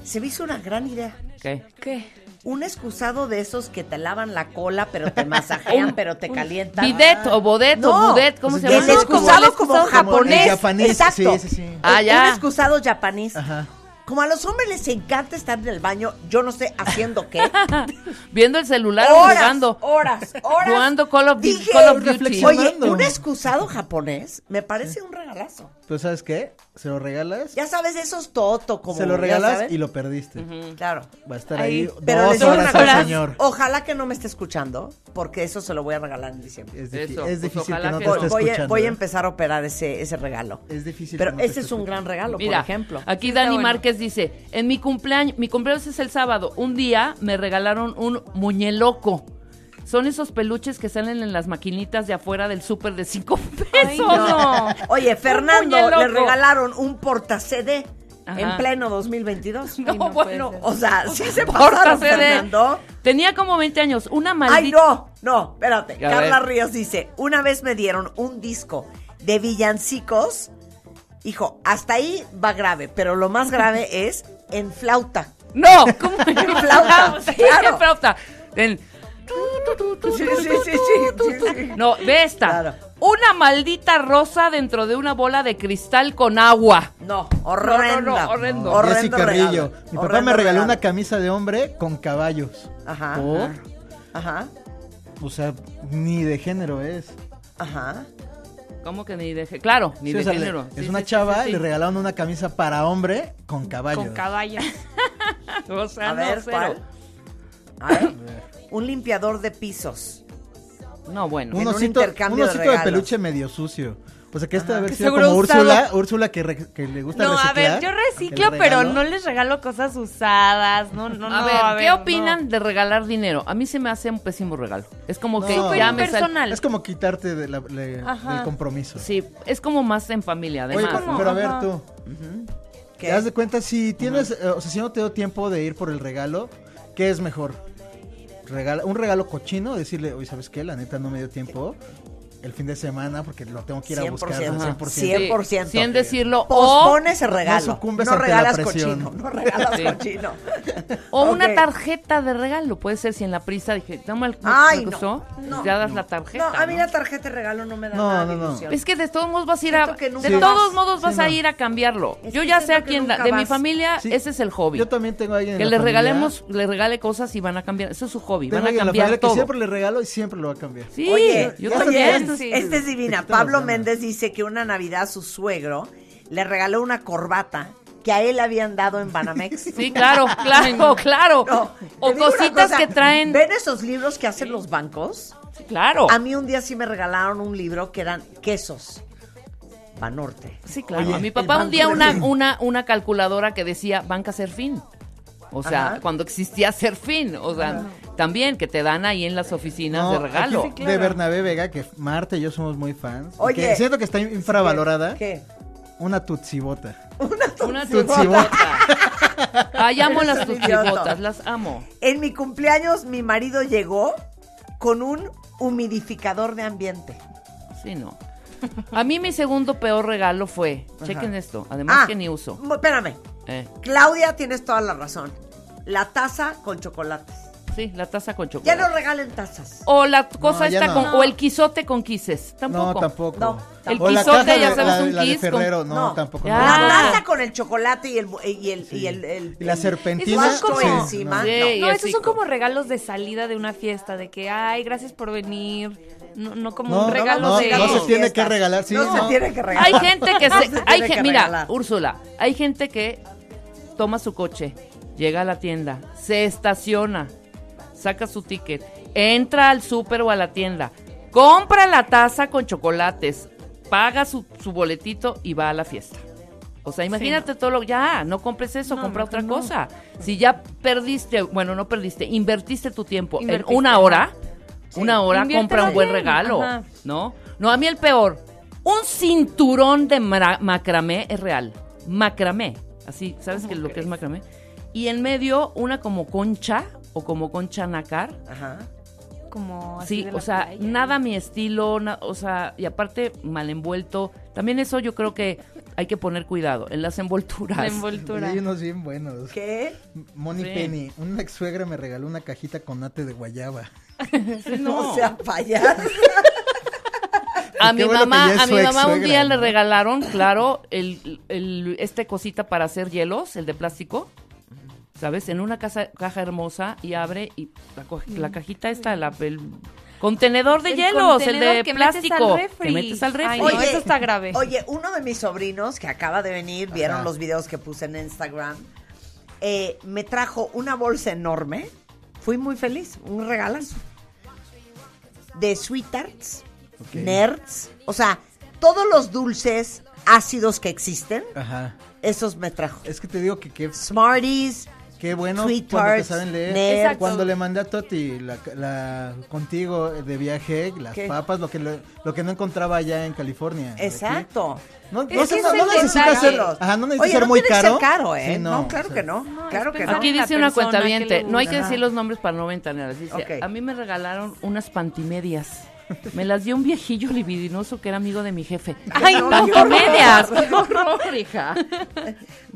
Speaker 1: Se me hizo una gran idea.
Speaker 4: ¿Qué?
Speaker 5: ¿Qué?
Speaker 1: Un excusado de esos que te lavan la cola, pero te masajean, pero te calientan.
Speaker 4: Bidet o bodet o
Speaker 1: No,
Speaker 4: budet, ¿cómo se
Speaker 3: el
Speaker 4: llama?
Speaker 1: El excusado como, japonés.
Speaker 3: el japonés,
Speaker 1: Exacto.
Speaker 3: sí, sí, sí.
Speaker 4: Ah,
Speaker 1: Un-
Speaker 4: ya.
Speaker 1: Un excusado japonés.
Speaker 3: Ajá.
Speaker 1: Como a los hombres les encanta estar en el baño, yo no sé haciendo qué.
Speaker 4: Viendo el celular o
Speaker 1: horas,
Speaker 4: jugando.
Speaker 1: horas, horas.
Speaker 4: Jugando Call of-
Speaker 1: Dije,
Speaker 4: Call of Duty.
Speaker 1: Oye,
Speaker 3: Reflexionando.
Speaker 1: un excusado japonés me parece un regalazo.
Speaker 3: Pero ¿sabes qué? Se lo regalas,
Speaker 1: Ya sabes, esos toto como...
Speaker 3: se lo
Speaker 1: ya
Speaker 3: regalas
Speaker 1: sabes.
Speaker 3: y lo perdiste.
Speaker 1: Claro.
Speaker 3: Va a estar
Speaker 5: Ahí.
Speaker 3: ahí,
Speaker 1: Pero les
Speaker 3: dos
Speaker 1: digo una
Speaker 3: horas al
Speaker 1: cosa,
Speaker 3: señor.
Speaker 1: ojalá que no me esté escuchando, porque eso se lo voy a regalar en diciembre.
Speaker 3: Es, difí-
Speaker 4: Eso,
Speaker 3: es
Speaker 4: pues
Speaker 3: difícil
Speaker 4: ojalá
Speaker 3: que no
Speaker 4: que
Speaker 3: te
Speaker 4: no.
Speaker 1: Voy,
Speaker 3: esté
Speaker 1: voy a,
Speaker 3: escuchando.
Speaker 1: voy a
Speaker 3: ¿eh?
Speaker 1: empezar a operar ese, ese regalo.
Speaker 3: Es difícil.
Speaker 1: Pero
Speaker 3: que no te
Speaker 1: ese
Speaker 3: esté
Speaker 1: es un gran regalo,
Speaker 4: Mira,
Speaker 1: por ejemplo.
Speaker 4: aquí
Speaker 5: Está
Speaker 4: Dani
Speaker 5: bueno.
Speaker 4: Márquez dice, en mi cumpleaños, mi cumpleaños es el sábado, un día me regalaron un muñeloco. Son esos peluches que salen en las maquinitas de afuera del súper de cinco pesos.
Speaker 5: Ay, no.
Speaker 1: Oye, Fernando,
Speaker 4: Un
Speaker 1: le
Speaker 4: muñeloco.
Speaker 1: regalaron un porta CD
Speaker 4: Ajá.
Speaker 1: en pleno 2022.
Speaker 4: No,
Speaker 5: Ay, no puede
Speaker 4: bueno.
Speaker 5: ser.
Speaker 1: O sea, sí se
Speaker 4: Porta
Speaker 1: pasaron,
Speaker 4: CD.
Speaker 1: Fernando.
Speaker 4: Tenía como 20 años, una maldita...
Speaker 1: Ay, no, no, espérate.
Speaker 4: A
Speaker 1: Carla
Speaker 4: ver.
Speaker 1: Ríos dice, una vez me dieron un disco de villancicos. Hijo, hasta ahí va grave, pero lo más grave es en flauta.
Speaker 4: No, ¿cómo que
Speaker 1: flauta,
Speaker 4: Sí,
Speaker 1: claro.
Speaker 4: en flauta. En-
Speaker 1: Sí, sí, sí, sí, sí.
Speaker 4: No, ve esta.
Speaker 1: Claro.
Speaker 4: Una maldita rosa dentro de una bola de cristal con agua.
Speaker 1: No, horrendo.
Speaker 4: No, no, no, horrendo.
Speaker 1: Horrendo
Speaker 3: Jessy Carrillo.
Speaker 1: regalo.
Speaker 3: Mi papá
Speaker 1: Horrendo
Speaker 3: me regaló
Speaker 1: regalo.
Speaker 3: una camisa de hombre con caballos.
Speaker 1: Ajá.
Speaker 3: Por,
Speaker 1: Ajá,
Speaker 3: o sea, ni de género es.
Speaker 1: ajá.
Speaker 4: ¿Cómo que ni de género? Claro, ni
Speaker 3: Sí,
Speaker 4: de
Speaker 3: o sea, le-
Speaker 4: género.
Speaker 3: es
Speaker 4: Sí,
Speaker 3: una
Speaker 4: sí, sí,
Speaker 3: chava,
Speaker 4: sí,
Speaker 3: le
Speaker 4: sí.
Speaker 3: regalaron una camisa para hombre con caballos.
Speaker 5: Con caballos.
Speaker 4: O
Speaker 1: A
Speaker 4: sea, Ah, no,
Speaker 1: ver,
Speaker 4: cero.
Speaker 1: ¿cuál? A ver. Un limpiador de pisos.
Speaker 4: No, bueno.
Speaker 1: en
Speaker 3: un
Speaker 1: un
Speaker 3: osito, un
Speaker 1: intercambio de
Speaker 3: osito de,
Speaker 1: regalos.
Speaker 3: peluche medio sucio. O sea, que este de haber
Speaker 5: Que
Speaker 3: sido
Speaker 5: seguro
Speaker 3: como
Speaker 5: usado.
Speaker 3: Úrsula, Úrsula que, re- que le gusta
Speaker 5: No, a
Speaker 3: reciclar.
Speaker 5: ver, yo reciclo,
Speaker 3: el
Speaker 5: pero
Speaker 3: regalo.
Speaker 5: no les regalo cosas usadas. No, no,
Speaker 4: A,
Speaker 5: no,
Speaker 4: ver,
Speaker 5: a
Speaker 4: ¿qué
Speaker 5: no.
Speaker 4: opinan de regalar dinero? A mí se me hace un pésimo regalo. Es como que
Speaker 3: No.
Speaker 4: ya me sal-
Speaker 5: Personal.
Speaker 3: Es como quitarte de la- le-
Speaker 5: Ajá.
Speaker 3: del compromiso.
Speaker 4: Sí, es como más en familia,
Speaker 3: Oye,
Speaker 4: además.
Speaker 3: pero-
Speaker 4: ¿no?
Speaker 3: pero a ver
Speaker 5: Ajá.
Speaker 3: tú,
Speaker 1: ¿Qué?
Speaker 3: te das de cuenta si tienes, eh, o sea, si no te dio tiempo de ir por el regalo, ¿qué es mejor? Regala, un regalo cochino, decirle, oye, ¿sabes qué? La neta no me dio tiempo el fin de semana porque lo tengo que ir a buscar
Speaker 1: 100%.
Speaker 3: al
Speaker 1: Ajá.
Speaker 3: 100%.
Speaker 1: Cien- 100%.
Speaker 4: Sin decirlo. O,
Speaker 1: Pospones el regalo.
Speaker 3: no sucumbes
Speaker 1: No
Speaker 3: ante la
Speaker 1: regalas
Speaker 3: presión.
Speaker 1: cochino. No regalas
Speaker 4: Sí.
Speaker 1: cochino.
Speaker 4: o una
Speaker 1: Ok.
Speaker 4: tarjeta de regalo. Puede ser si en la prisa dije, no me, no
Speaker 1: Ay,
Speaker 4: me
Speaker 1: no,
Speaker 4: gustó,
Speaker 1: no,
Speaker 4: ya das la tarjeta.
Speaker 1: No, a mí
Speaker 4: ¿no?
Speaker 1: la tarjeta de regalo no me da
Speaker 3: No,
Speaker 1: nada de
Speaker 3: no, no.
Speaker 1: ilusión.
Speaker 4: Es que de todos modos vas a ir a.
Speaker 1: Siento que nunca
Speaker 4: De
Speaker 1: vas.
Speaker 4: todos modos
Speaker 3: Sí,
Speaker 4: vas a
Speaker 3: no.
Speaker 4: ir a cambiarlo.
Speaker 1: Es
Speaker 4: yo
Speaker 1: que
Speaker 4: ya
Speaker 1: siento
Speaker 4: sé a
Speaker 1: que
Speaker 4: quién.
Speaker 1: nunca
Speaker 4: la- de mi
Speaker 1: vas.
Speaker 4: familia,
Speaker 3: Sí,
Speaker 4: ese es el hobby.
Speaker 3: Yo también tengo a alguien en
Speaker 4: Que
Speaker 3: la
Speaker 4: le
Speaker 3: familia-
Speaker 4: regalemos, le regale cosas y van a cambiar. Eso es su hobby.
Speaker 3: Tengo
Speaker 4: Van a
Speaker 3: alguien en la
Speaker 4: cambiar
Speaker 3: familia que
Speaker 4: todo.
Speaker 3: siempre le regalo y siempre lo va a cambiar.
Speaker 4: Sí,
Speaker 1: Oye,
Speaker 4: yo
Speaker 3: ya
Speaker 4: también.
Speaker 3: está,
Speaker 1: Esta
Speaker 3: sí.
Speaker 1: es, esta es
Speaker 3: Te
Speaker 1: divina.
Speaker 3: quitan las
Speaker 1: Pablo
Speaker 3: ganas.
Speaker 1: Méndez dice que una Navidad su suegro le regaló una corbata que a él habían dado en Banamex.
Speaker 4: Sí, claro, claro, claro.
Speaker 1: No,
Speaker 4: o
Speaker 1: te digo una
Speaker 4: cositas
Speaker 1: cosa,
Speaker 4: que traen.
Speaker 1: ¿Ven esos libros que hacen los bancos?
Speaker 4: Sí, Claro.
Speaker 1: A mí un día sí me regalaron un libro que eran quesos. Banorte.
Speaker 4: Sí, claro.
Speaker 3: Oye,
Speaker 4: a mi
Speaker 3: el
Speaker 4: papá un
Speaker 3: Banco
Speaker 4: día
Speaker 3: del
Speaker 4: una,
Speaker 3: Fin.
Speaker 4: una, una calculadora que decía banca Serfín. O sea,
Speaker 1: Ajá.
Speaker 4: cuando existía Serfín. O sea, también que te dan ahí en las oficinas
Speaker 3: No,
Speaker 4: de regalo.
Speaker 3: aquí De Bernabé Vega, que Marta y yo somos muy fans. y
Speaker 1: Oye.
Speaker 3: que siento que está infravalorada.
Speaker 1: ¿Qué?
Speaker 3: Una tutsibota.
Speaker 4: Una
Speaker 3: tutsibota.
Speaker 4: tutsibota. Ay, amo
Speaker 1: Eres
Speaker 4: las
Speaker 1: un idiota.
Speaker 4: tutsibotas, las amo.
Speaker 1: En mi cumpleaños mi marido llegó con un humidificador de ambiente.
Speaker 4: Sí, no. A mí mi segundo peor regalo fue, chequen esto, además que ni uso.
Speaker 1: mo- Ah, Espérame.
Speaker 4: Eh,
Speaker 1: Claudia, tienes toda la razón. La taza con chocolates.
Speaker 4: Sí, la taza con
Speaker 1: Ya
Speaker 4: chocolate.
Speaker 1: no regalen tazas.
Speaker 4: O la cosa
Speaker 3: ya
Speaker 4: esta
Speaker 3: no.
Speaker 4: con.
Speaker 3: No.
Speaker 4: O el quisote con quises. Tampoco.
Speaker 3: No, tampoco.
Speaker 1: No,
Speaker 4: El
Speaker 3: O la
Speaker 4: quisote,
Speaker 3: caja
Speaker 4: ya
Speaker 3: de-
Speaker 4: sabes,
Speaker 3: la-
Speaker 4: un
Speaker 3: la de
Speaker 4: kiss con-
Speaker 3: Ferrero, no,
Speaker 1: No.
Speaker 3: tampoco.
Speaker 4: Ya.
Speaker 3: no.
Speaker 1: La
Speaker 4: Ah.
Speaker 1: taza con el chocolate y el y el y el, el-
Speaker 3: Y la
Speaker 1: el-
Speaker 3: serpentina.
Speaker 1: el guaco
Speaker 5: sí, no.
Speaker 1: encima.
Speaker 4: Sí.
Speaker 1: No.
Speaker 4: Y
Speaker 5: No, esos
Speaker 4: así
Speaker 5: son
Speaker 4: co-
Speaker 5: como regalos de salida de una fiesta, de que, ay, gracias por venir. No, no como
Speaker 3: No,
Speaker 5: un regalo
Speaker 3: no,
Speaker 5: de...
Speaker 3: no se tiene
Speaker 1: Fiestas.
Speaker 3: que regalar, sí,
Speaker 1: no, se
Speaker 3: no.
Speaker 1: tiene que regalar.
Speaker 4: Hay gente que
Speaker 1: No
Speaker 4: se,
Speaker 1: tiene
Speaker 4: hay
Speaker 1: que
Speaker 4: gen- mira,
Speaker 1: regalar.
Speaker 4: Úrsula, hay gente que toma su coche, llega a la tienda, se estaciona, saca su ticket, entra al súper o a la tienda, compra la taza con chocolates, paga su, su boletito y va a la fiesta. O sea, imagínate todo lo ya, no compres eso,
Speaker 5: No,
Speaker 4: compra
Speaker 5: mejor
Speaker 4: otra
Speaker 5: no.
Speaker 4: cosa. Si ya perdiste, bueno, no perdiste, invertiste tu tiempo
Speaker 5: Invertiste,
Speaker 4: en una
Speaker 5: ajá.
Speaker 4: hora, una hora
Speaker 5: Inviértelo
Speaker 4: compra un buen
Speaker 5: bien,
Speaker 4: regalo,
Speaker 5: ajá.
Speaker 4: ¿no? No, a mí el peor, un cinturón de mra- macramé es real. Macramé, así, ¿sabes
Speaker 5: ¿Cómo
Speaker 4: que lo que es
Speaker 5: crees?
Speaker 4: macramé? Y en medio una como concha o como concha nácar.
Speaker 1: Ajá.
Speaker 5: Como así
Speaker 4: Sí,
Speaker 5: de la
Speaker 4: o sea,
Speaker 5: playa.
Speaker 4: nada mi estilo, na- o sea, y aparte mal envuelto. También eso yo creo que hay que poner cuidado en las envolturas.
Speaker 5: La
Speaker 3: Y
Speaker 5: envoltura.
Speaker 3: Hay unos bien buenos.
Speaker 1: ¿Qué?
Speaker 3: Moni
Speaker 4: Sí.
Speaker 3: Penny, una ex suegra me regaló una cajita con nate de guayaba.
Speaker 4: Sí,
Speaker 1: No,
Speaker 4: no.
Speaker 1: sea payaso.
Speaker 4: a
Speaker 3: Qué
Speaker 4: mi
Speaker 3: bueno que
Speaker 4: mamá,
Speaker 3: ya es
Speaker 4: a
Speaker 3: su
Speaker 4: mi mamá un
Speaker 3: ex-suegra,
Speaker 4: día le
Speaker 3: ¿no?
Speaker 4: regalaron, claro, el, el- este cosita para hacer hielos, el de plástico. ¿Sabes? En una casa, caja hermosa y abre y la, co- la cajita está, la, el contenedor de
Speaker 5: El
Speaker 4: hielos,
Speaker 5: contenedor
Speaker 4: el de
Speaker 5: que metes al
Speaker 4: plástico.
Speaker 5: refri.
Speaker 4: Te metes al refri.
Speaker 5: Ay, no, eso está grave.
Speaker 1: Oye, uno de mis sobrinos que acaba de venir, vieron
Speaker 3: Ajá.
Speaker 1: los videos que puse en Instagram, eh, me trajo una bolsa enorme. Fui muy feliz, un regalazo. De sweethearts, nerds, o sea, todos los dulces ácidos que existen,
Speaker 3: Ajá.
Speaker 1: esos me trajo.
Speaker 3: Es que te digo que qué,
Speaker 1: Smarties,
Speaker 3: qué bueno
Speaker 1: Sweet
Speaker 3: cuando te
Speaker 1: tarts,
Speaker 3: saben leer.
Speaker 1: nerds.
Speaker 5: Exacto.
Speaker 3: Cuando le mandé a Toti la, la- contigo de viaje, las
Speaker 1: ¿Qué?
Speaker 3: papas, lo que, lo, lo que no encontraba allá en California. de aquí.
Speaker 1: exacto.
Speaker 3: No, no,
Speaker 5: Ese
Speaker 3: se-
Speaker 5: es
Speaker 3: no
Speaker 5: el
Speaker 3: necesita
Speaker 5: detalle.
Speaker 3: ser, ajá, no necesita
Speaker 1: Oye,
Speaker 3: ser
Speaker 1: no
Speaker 3: muy
Speaker 1: tiene que
Speaker 3: caro.
Speaker 1: ser caro, ¿eh?
Speaker 3: Sí,
Speaker 1: no, claro
Speaker 3: o sea,
Speaker 1: que no,
Speaker 5: No, es
Speaker 1: claro que no.
Speaker 5: pensar
Speaker 4: Aquí
Speaker 5: en la
Speaker 4: dice una
Speaker 5: persona
Speaker 4: cuenta
Speaker 5: que le
Speaker 4: no hay que
Speaker 1: gusta.
Speaker 4: decir los nombres para no ventanear. Dice,
Speaker 1: Ok.
Speaker 4: a mí me regalaron unas pantimedias. Me las dio un viejillo libidinoso que era amigo de mi jefe.
Speaker 1: Ay, no, qué horror.
Speaker 4: ¡Pantimedias! ¡Qué horror, hija!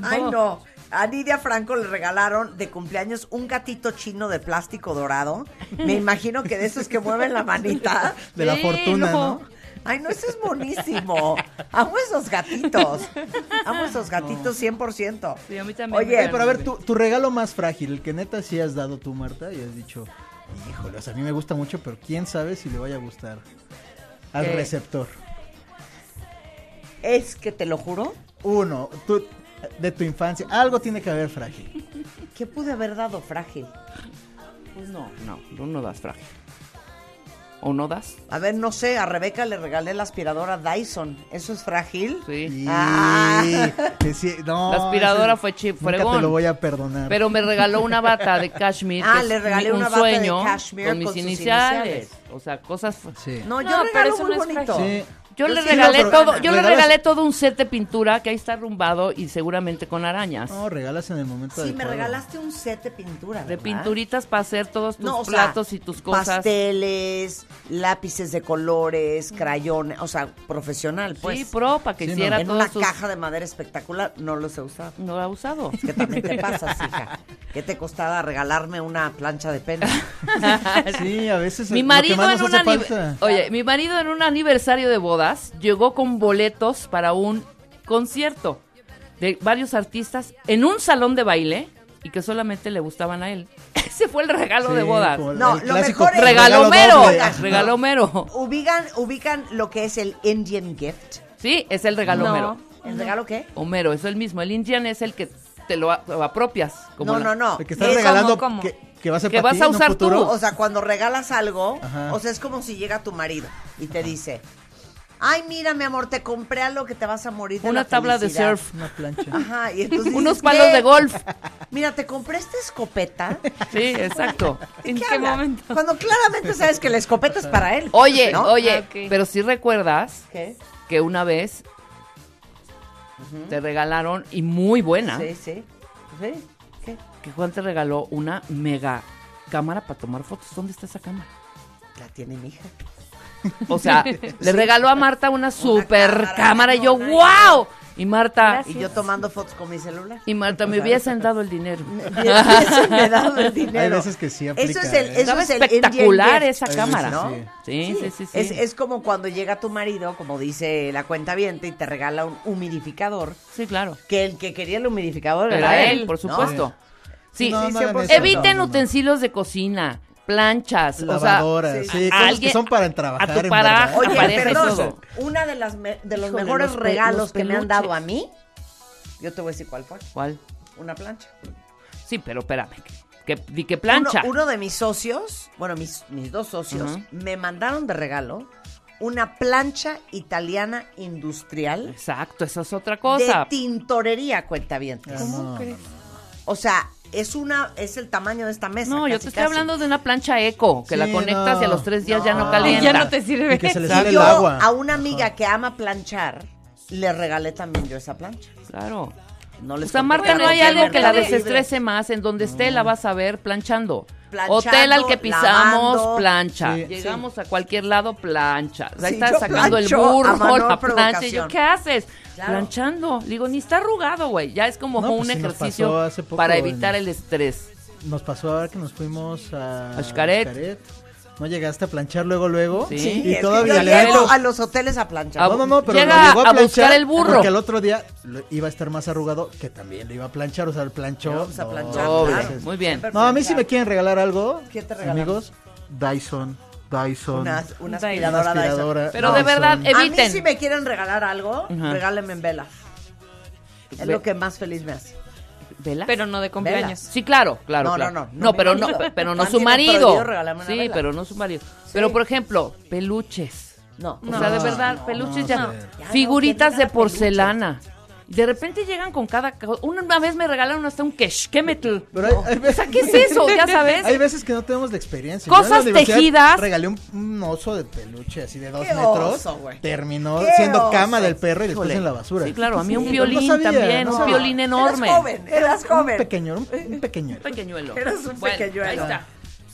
Speaker 1: Ay, no. A Nidia Franco le regalaron de cumpleaños un gatito chino de plástico dorado. Me imagino que de esos que mueven la manita.
Speaker 3: De la
Speaker 4: Sí,
Speaker 3: fortuna,
Speaker 4: no.
Speaker 3: ¿no?
Speaker 1: Ay, no, eso es buenísimo. Amo esos gatitos. Amo esos gatitos 100%.
Speaker 4: Sí, a mí también
Speaker 1: Oye,
Speaker 4: me
Speaker 3: Oye, pero a ver,
Speaker 4: Realmente.
Speaker 3: tu, tu regalo más frágil, el que neta sí has dado tú, Marta, y has dicho, híjole, o sea, a mí me gusta mucho, pero quién sabe si le vaya a gustar al
Speaker 4: ¿Qué?
Speaker 3: receptor.
Speaker 1: es que te lo juro,
Speaker 3: Uno, tú, de tu infancia, algo tiene que haber frágil.
Speaker 1: que pude haber dado frágil.
Speaker 4: Pues no, no, tú no das frágil. ¿O no das?
Speaker 1: A ver, no sé, a Rebeca le regalé la aspiradora Dyson. ¿Eso es frágil?
Speaker 4: Sí.
Speaker 3: Y-
Speaker 1: Ah.
Speaker 3: que sí, no,
Speaker 4: La aspiradora
Speaker 3: ese-
Speaker 4: fue chip,
Speaker 3: Nunca
Speaker 4: fregón.
Speaker 3: te lo voy a perdonar.
Speaker 4: Pero me regaló una bata de cashmere.
Speaker 1: Ah,
Speaker 4: que
Speaker 1: le
Speaker 4: es
Speaker 1: regalé
Speaker 4: mi-
Speaker 1: una
Speaker 4: un
Speaker 1: bata de
Speaker 4: sueño
Speaker 1: cashmere
Speaker 4: con mis
Speaker 1: con sus
Speaker 4: iniciales.
Speaker 1: iniciales.
Speaker 4: O sea, cosas. fu-
Speaker 3: Sí.
Speaker 1: No, yo
Speaker 5: No, pero
Speaker 1: regalo
Speaker 5: eso
Speaker 1: muy
Speaker 5: no es
Speaker 1: bonito.
Speaker 3: Sí.
Speaker 4: Yo, le
Speaker 3: sí,
Speaker 4: regalé
Speaker 3: no, pero
Speaker 4: todo, yo le
Speaker 3: regalas-
Speaker 4: regalé todo un set de pintura que ahí está arrumbado y seguramente con arañas.
Speaker 3: No, regalas en el momento
Speaker 1: Sí, me
Speaker 3: adecuado.
Speaker 1: regalaste un set de pintura.
Speaker 4: de
Speaker 1: Oh, ¿verdad?
Speaker 4: pinturitas para hacer todos tus
Speaker 1: No, o sea,
Speaker 4: platos y tus cosas.
Speaker 1: Pasteles, lápices de colores, crayones, o sea, profesional, pues.
Speaker 4: Mm. sí, pro, para que
Speaker 3: Sí, no.
Speaker 4: hiciera
Speaker 1: en una
Speaker 4: todos sus...
Speaker 1: caja de madera espectacular, no los he usado.
Speaker 4: No ha usado.
Speaker 1: Es que también te pasas, hija. ¿Qué te costaba regalarme una plancha de pelo?
Speaker 3: Sí, a veces
Speaker 4: mi
Speaker 3: lo que
Speaker 4: marido
Speaker 3: más
Speaker 4: en
Speaker 3: nos
Speaker 4: un
Speaker 3: hace
Speaker 4: anive-
Speaker 3: falta.
Speaker 4: Oye, mi marido en un aniversario de bodas llegó con boletos para un concierto de varios artistas en un salón de baile y que solamente le gustaban a él. Ese fue el regalo de
Speaker 3: Sí,
Speaker 4: bodas.
Speaker 3: como el
Speaker 1: No, lo
Speaker 3: clásico
Speaker 1: mejor es-
Speaker 4: Regalo mero,
Speaker 3: doble.
Speaker 1: Ajá.
Speaker 4: regalo mero.
Speaker 1: Ubican, ubican lo que es el Indian Gift.
Speaker 4: Sí, es el regalo
Speaker 5: No.
Speaker 4: mero.
Speaker 1: ¿El regalo qué?
Speaker 4: Homero, es el mismo. El Indian es el que te lo a- apropias. Como
Speaker 1: No,
Speaker 4: la-
Speaker 1: no, no.
Speaker 3: El que estás
Speaker 1: Es-
Speaker 3: regalando
Speaker 5: cómo?
Speaker 3: Que, que va a ser
Speaker 4: Que
Speaker 3: para
Speaker 4: vas
Speaker 3: ti
Speaker 4: a
Speaker 3: en un
Speaker 4: usar tú.
Speaker 3: futuro.
Speaker 1: O sea, cuando regalas algo,
Speaker 3: Ajá.
Speaker 1: o sea, es como si llega tu marido y te dice, ay, mira, mi amor, te compré algo que te vas a morir de
Speaker 4: Una
Speaker 1: la
Speaker 4: tabla de
Speaker 1: felicidad".
Speaker 4: surf.
Speaker 3: Una plancha.
Speaker 1: Ajá, y entonces
Speaker 4: Unos
Speaker 1: dices,
Speaker 4: palos
Speaker 1: "¿Qué?
Speaker 4: de golf.
Speaker 1: Mira, te compré esta escopeta.
Speaker 4: Sí, exacto.
Speaker 5: ¿En
Speaker 1: ¿Qué
Speaker 5: qué,
Speaker 1: habla?
Speaker 5: momento?
Speaker 1: Cuando claramente sabes que la escopeta es para él.
Speaker 4: Oye,
Speaker 1: ¿no?
Speaker 4: oye,
Speaker 5: Ah, ok.
Speaker 4: pero si recuerdas
Speaker 1: ¿Qué?
Speaker 4: que una vez te regalaron, y muy buena,
Speaker 1: Sí, sí. Sí. ¿Qué?
Speaker 4: que Juan te regaló una mega cámara para tomar fotos. ¿Dónde está esa cámara?
Speaker 1: La tiene mi hija.
Speaker 4: O sea, le regaló a Marta una super
Speaker 1: cámara,
Speaker 4: cámara, y yo,
Speaker 1: no, no,
Speaker 4: wow. Y Marta,
Speaker 1: Y yo tomando fotos con mi celular.
Speaker 4: y Marta me hubiesen dado el dinero.
Speaker 1: Y eso me daba el dinero.
Speaker 3: Hay veces que sí aplica,
Speaker 1: Eso es el,
Speaker 3: ¿eh?
Speaker 1: eso
Speaker 4: Estaba
Speaker 1: es el
Speaker 4: espectacular
Speaker 1: NGNG.
Speaker 4: esa
Speaker 3: Hay
Speaker 4: cámara.
Speaker 3: veces,
Speaker 4: ¿no?
Speaker 3: sí.
Speaker 4: Sí, sí, sí. sí.
Speaker 1: Es, es como cuando llega tu marido, como dice la cuenta viente, y te regala un humidificador,
Speaker 4: Sí, claro.
Speaker 1: que el que quería el humidificador era,
Speaker 4: Era él, por
Speaker 1: ¿no?
Speaker 4: supuesto. Sí,
Speaker 3: No,
Speaker 1: sí,
Speaker 3: no hagan
Speaker 1: 100%.
Speaker 3: eso,
Speaker 4: eviten
Speaker 3: no, no, no.
Speaker 4: utensilios de cocina, planchas, o sea,
Speaker 3: Lavadoras,
Speaker 1: sea,
Speaker 3: sí,
Speaker 4: a-
Speaker 3: cosas
Speaker 4: alguien-
Speaker 3: que son para
Speaker 4: a tu
Speaker 3: trabajar. en
Speaker 4: paraja.
Speaker 3: verdad.
Speaker 1: Oye,
Speaker 4: Aparece
Speaker 1: perdón,
Speaker 4: todo.
Speaker 1: una de las me- de los
Speaker 4: Híjole,
Speaker 1: mejores
Speaker 4: los pe-
Speaker 1: regalos
Speaker 4: los
Speaker 1: que me han
Speaker 4: peluches.
Speaker 1: dado a mí, yo te voy a decir cuál fue,
Speaker 4: ¿Cuál?
Speaker 1: una plancha.
Speaker 4: Sí, pero espérame. Que, di que plancha.
Speaker 1: Uno, uno de mis socios, bueno, mis, mis dos socios,
Speaker 4: Ujú.
Speaker 1: me mandaron de regalo una plancha italiana industrial
Speaker 4: Exacto, eso es otra cosa.
Speaker 1: de tintorería, cuenta bien.
Speaker 3: Ah,
Speaker 5: ¿Cómo
Speaker 3: no,
Speaker 5: crees?
Speaker 1: O sea, es una, es el tamaño de esta mesa.
Speaker 4: No, yo
Speaker 1: casi,
Speaker 4: te estoy
Speaker 1: casi.
Speaker 4: hablando de una plancha eco,
Speaker 3: Sí,
Speaker 4: que la conectas y a
Speaker 3: no.
Speaker 4: los tres días ya no
Speaker 1: No.
Speaker 4: calienta.
Speaker 5: Ya no te sirve.
Speaker 3: Y que se le
Speaker 1: Y
Speaker 3: sale el
Speaker 1: yo
Speaker 3: agua.
Speaker 1: a una amiga que ama planchar, le regalé también yo esa plancha.
Speaker 4: Claro.
Speaker 1: No
Speaker 4: O
Speaker 1: les
Speaker 4: sea,
Speaker 1: compré
Speaker 4: Pues, Marta,
Speaker 1: nada.
Speaker 4: no hay
Speaker 5: Pero
Speaker 4: algo que la
Speaker 5: de-
Speaker 4: desestrese más. En donde esté la vas a ver planchando.
Speaker 1: Planchando,
Speaker 4: Hotel al que pisamos,
Speaker 1: lavando.
Speaker 4: plancha.
Speaker 3: Sí.
Speaker 4: Llegamos a cualquier lado, plancha. O sea, ahí
Speaker 1: Sí, yo
Speaker 4: está sacando el
Speaker 1: plancho a
Speaker 4: burro,
Speaker 1: menor
Speaker 4: la plancha. Y yo,
Speaker 1: provocación.
Speaker 4: ¿qué haces?
Speaker 1: Claro.
Speaker 4: Planchando. Le digo, ni está arrugado, güey. Ya es como
Speaker 3: No,
Speaker 4: un
Speaker 3: pues sí nos
Speaker 4: ejercicio
Speaker 3: pasó hace poco
Speaker 4: para
Speaker 3: en-
Speaker 4: evitar el estrés.
Speaker 3: Nos pasó ahora que nos fuimos a.
Speaker 4: A Xcaret.
Speaker 3: No llegaste a planchar luego, luego.
Speaker 4: Sí.
Speaker 1: Sí, es
Speaker 3: y
Speaker 1: que
Speaker 3: todavía
Speaker 1: yo
Speaker 3: le
Speaker 1: llego
Speaker 3: hago-
Speaker 1: a los hoteles a planchar.
Speaker 4: A-
Speaker 3: No, no, no, pero
Speaker 4: Llega
Speaker 3: lo llegó a,
Speaker 4: a
Speaker 3: planchar
Speaker 4: buscar el burro.
Speaker 3: Porque el otro día lo- iba a estar más arrugado, que también lo iba a planchar, o sea, el planchó.
Speaker 1: Vamos a
Speaker 3: no,
Speaker 1: planchar,
Speaker 3: no,
Speaker 4: Doble.
Speaker 1: claro.
Speaker 4: Muy bien.
Speaker 1: Siempre
Speaker 3: No, a mí si
Speaker 1: planchar.
Speaker 3: me quieren regalar algo,
Speaker 1: ¿Qué te regalamos?
Speaker 3: amigos, Dyson, Dyson.
Speaker 1: Una, una
Speaker 3: una
Speaker 5: Dyson.
Speaker 1: aspiradora de esas.
Speaker 3: aspiradora,
Speaker 4: Pero de verdad,
Speaker 3: Dyson.
Speaker 1: A mí
Speaker 4: eviten.
Speaker 1: si me quieren regalar algo,
Speaker 4: Ajá.
Speaker 1: regálenme en vela. Es
Speaker 4: Ve-
Speaker 1: lo que más feliz me hace.
Speaker 4: ¿Vela?
Speaker 5: Pero no de cumpleaños.
Speaker 4: Sí, claro, claro,
Speaker 1: No,
Speaker 4: claro.
Speaker 1: no, no, no, mi
Speaker 4: pero no,
Speaker 1: marido.
Speaker 4: pe- pero
Speaker 1: A
Speaker 4: no
Speaker 1: mí
Speaker 4: su
Speaker 1: me
Speaker 4: marido.
Speaker 1: prohibió regalarme una
Speaker 4: Sí,
Speaker 1: vela.
Speaker 4: pero no su marido.
Speaker 1: Sí.
Speaker 4: Pero por ejemplo, peluches.
Speaker 1: No.
Speaker 4: O sea, de
Speaker 3: No,
Speaker 4: verdad,
Speaker 3: no,
Speaker 4: peluches
Speaker 3: no,
Speaker 4: ya.
Speaker 3: sí.
Speaker 1: Ya no,
Speaker 4: Figuritas
Speaker 1: que
Speaker 4: de
Speaker 1: nada,
Speaker 4: porcelana. De repente llegan con cada cosa. Una vez me regalaron hasta un keshkemetl.
Speaker 3: Pero hay- hay
Speaker 4: O sea, ¿qué es
Speaker 3: veces-
Speaker 4: eso? Ya sabes.
Speaker 3: Hay veces que no tenemos la experiencia.
Speaker 4: Cosas
Speaker 3: Yo en la universidad
Speaker 4: tejidas.
Speaker 3: Regalé un, un oso de peluche así de dos
Speaker 1: Qué
Speaker 3: metros.
Speaker 1: oso, güey.
Speaker 3: terminó
Speaker 1: Qué
Speaker 3: siendo
Speaker 1: oso.
Speaker 3: cama del perro y después
Speaker 1: Híjole.
Speaker 3: en la basura.
Speaker 4: Sí, claro, a mí
Speaker 3: Sí,
Speaker 4: un
Speaker 3: no
Speaker 4: violín
Speaker 3: sabía,
Speaker 4: también,
Speaker 3: no
Speaker 4: un
Speaker 3: sabía.
Speaker 4: violín enorme.
Speaker 1: Eras joven, eras
Speaker 3: Un
Speaker 1: joven.
Speaker 3: pequeño, un, un pequeño.
Speaker 4: Un pequeñuelo.
Speaker 1: Eras un
Speaker 4: Bueno,
Speaker 1: pequeñuelo.
Speaker 4: Ahí está.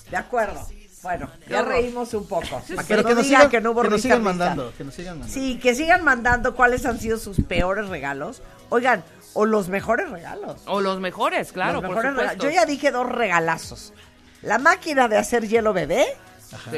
Speaker 1: De acuerdo. Bueno, ya
Speaker 4: horror.
Speaker 1: reímos un poco. Para
Speaker 3: Pero
Speaker 1: que, no digan
Speaker 3: sigan,
Speaker 1: que no hubo
Speaker 3: que nos
Speaker 1: risa,
Speaker 3: sigan
Speaker 1: risa.
Speaker 3: mandando. Que nos sigan mandando.
Speaker 1: Sí, que sigan mandando cuáles han sido sus peores regalos. Oigan, o los mejores regalos.
Speaker 4: O los mejores, claro,
Speaker 1: Los mejores
Speaker 4: por
Speaker 1: rega-
Speaker 4: supuesto.
Speaker 1: Yo ya dije dos regalazos. La máquina de hacer hielo bebé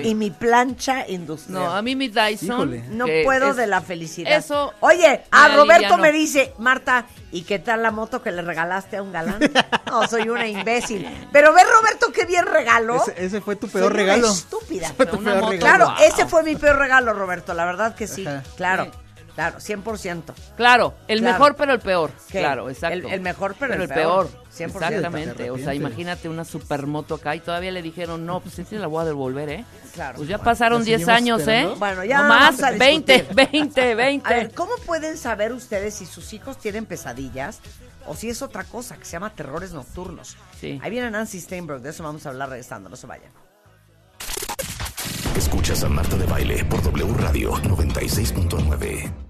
Speaker 1: y mi plancha industrial.
Speaker 4: No, a mí mi Dyson.
Speaker 3: Híjole.
Speaker 1: No
Speaker 4: que
Speaker 1: puedo
Speaker 4: es-
Speaker 1: de la felicidad.
Speaker 4: Eso
Speaker 1: Oye, a
Speaker 4: me
Speaker 1: Roberto
Speaker 4: alivianó.
Speaker 1: me dice, Marta, ¿y qué tal la moto que le regalaste a un galán? No, soy una imbécil. Pero ve, Roberto, qué bien regalo.
Speaker 3: Ese, ese fue tu peor
Speaker 1: Soy una
Speaker 3: regalo.
Speaker 1: estúpida.
Speaker 3: Fue tu
Speaker 4: Una
Speaker 3: peor
Speaker 4: moto.
Speaker 1: Claro,
Speaker 3: regalo.
Speaker 4: Wow.
Speaker 1: ese fue mi peor regalo, Roberto. La verdad que sí.
Speaker 3: Ajá.
Speaker 1: Claro,
Speaker 4: Sí.
Speaker 1: claro, 100%.
Speaker 4: Claro, el
Speaker 1: Claro.
Speaker 4: mejor pero el peor.
Speaker 1: ¿Qué?
Speaker 4: Claro, exacto.
Speaker 1: El- el mejor, pero el peor. 100%.
Speaker 4: Exactamente. O sea,
Speaker 3: Te
Speaker 4: imagínate una supermoto acá y todavía le dijeron, no, pues sí la voy a devolver, ¿eh?
Speaker 1: Claro.
Speaker 4: Pues ya pasaron
Speaker 3: ¿la
Speaker 4: 10
Speaker 3: seguimos
Speaker 4: años,
Speaker 3: esperando?
Speaker 4: ¿eh?
Speaker 1: Bueno, ya
Speaker 4: No más,
Speaker 1: vamos a
Speaker 4: 20,
Speaker 1: discutir.
Speaker 4: 20, 20.
Speaker 1: A ver, ¿cómo pueden saber ustedes si sus hijos tienen pesadillas o si es otra cosa que se llama terrores nocturnos?
Speaker 4: Sí.
Speaker 1: Ahí viene Nancy Steinberg, de eso vamos a hablar regresando, no se vayan.
Speaker 6: Escuchas a Marta de Baile por W Radio 96.9.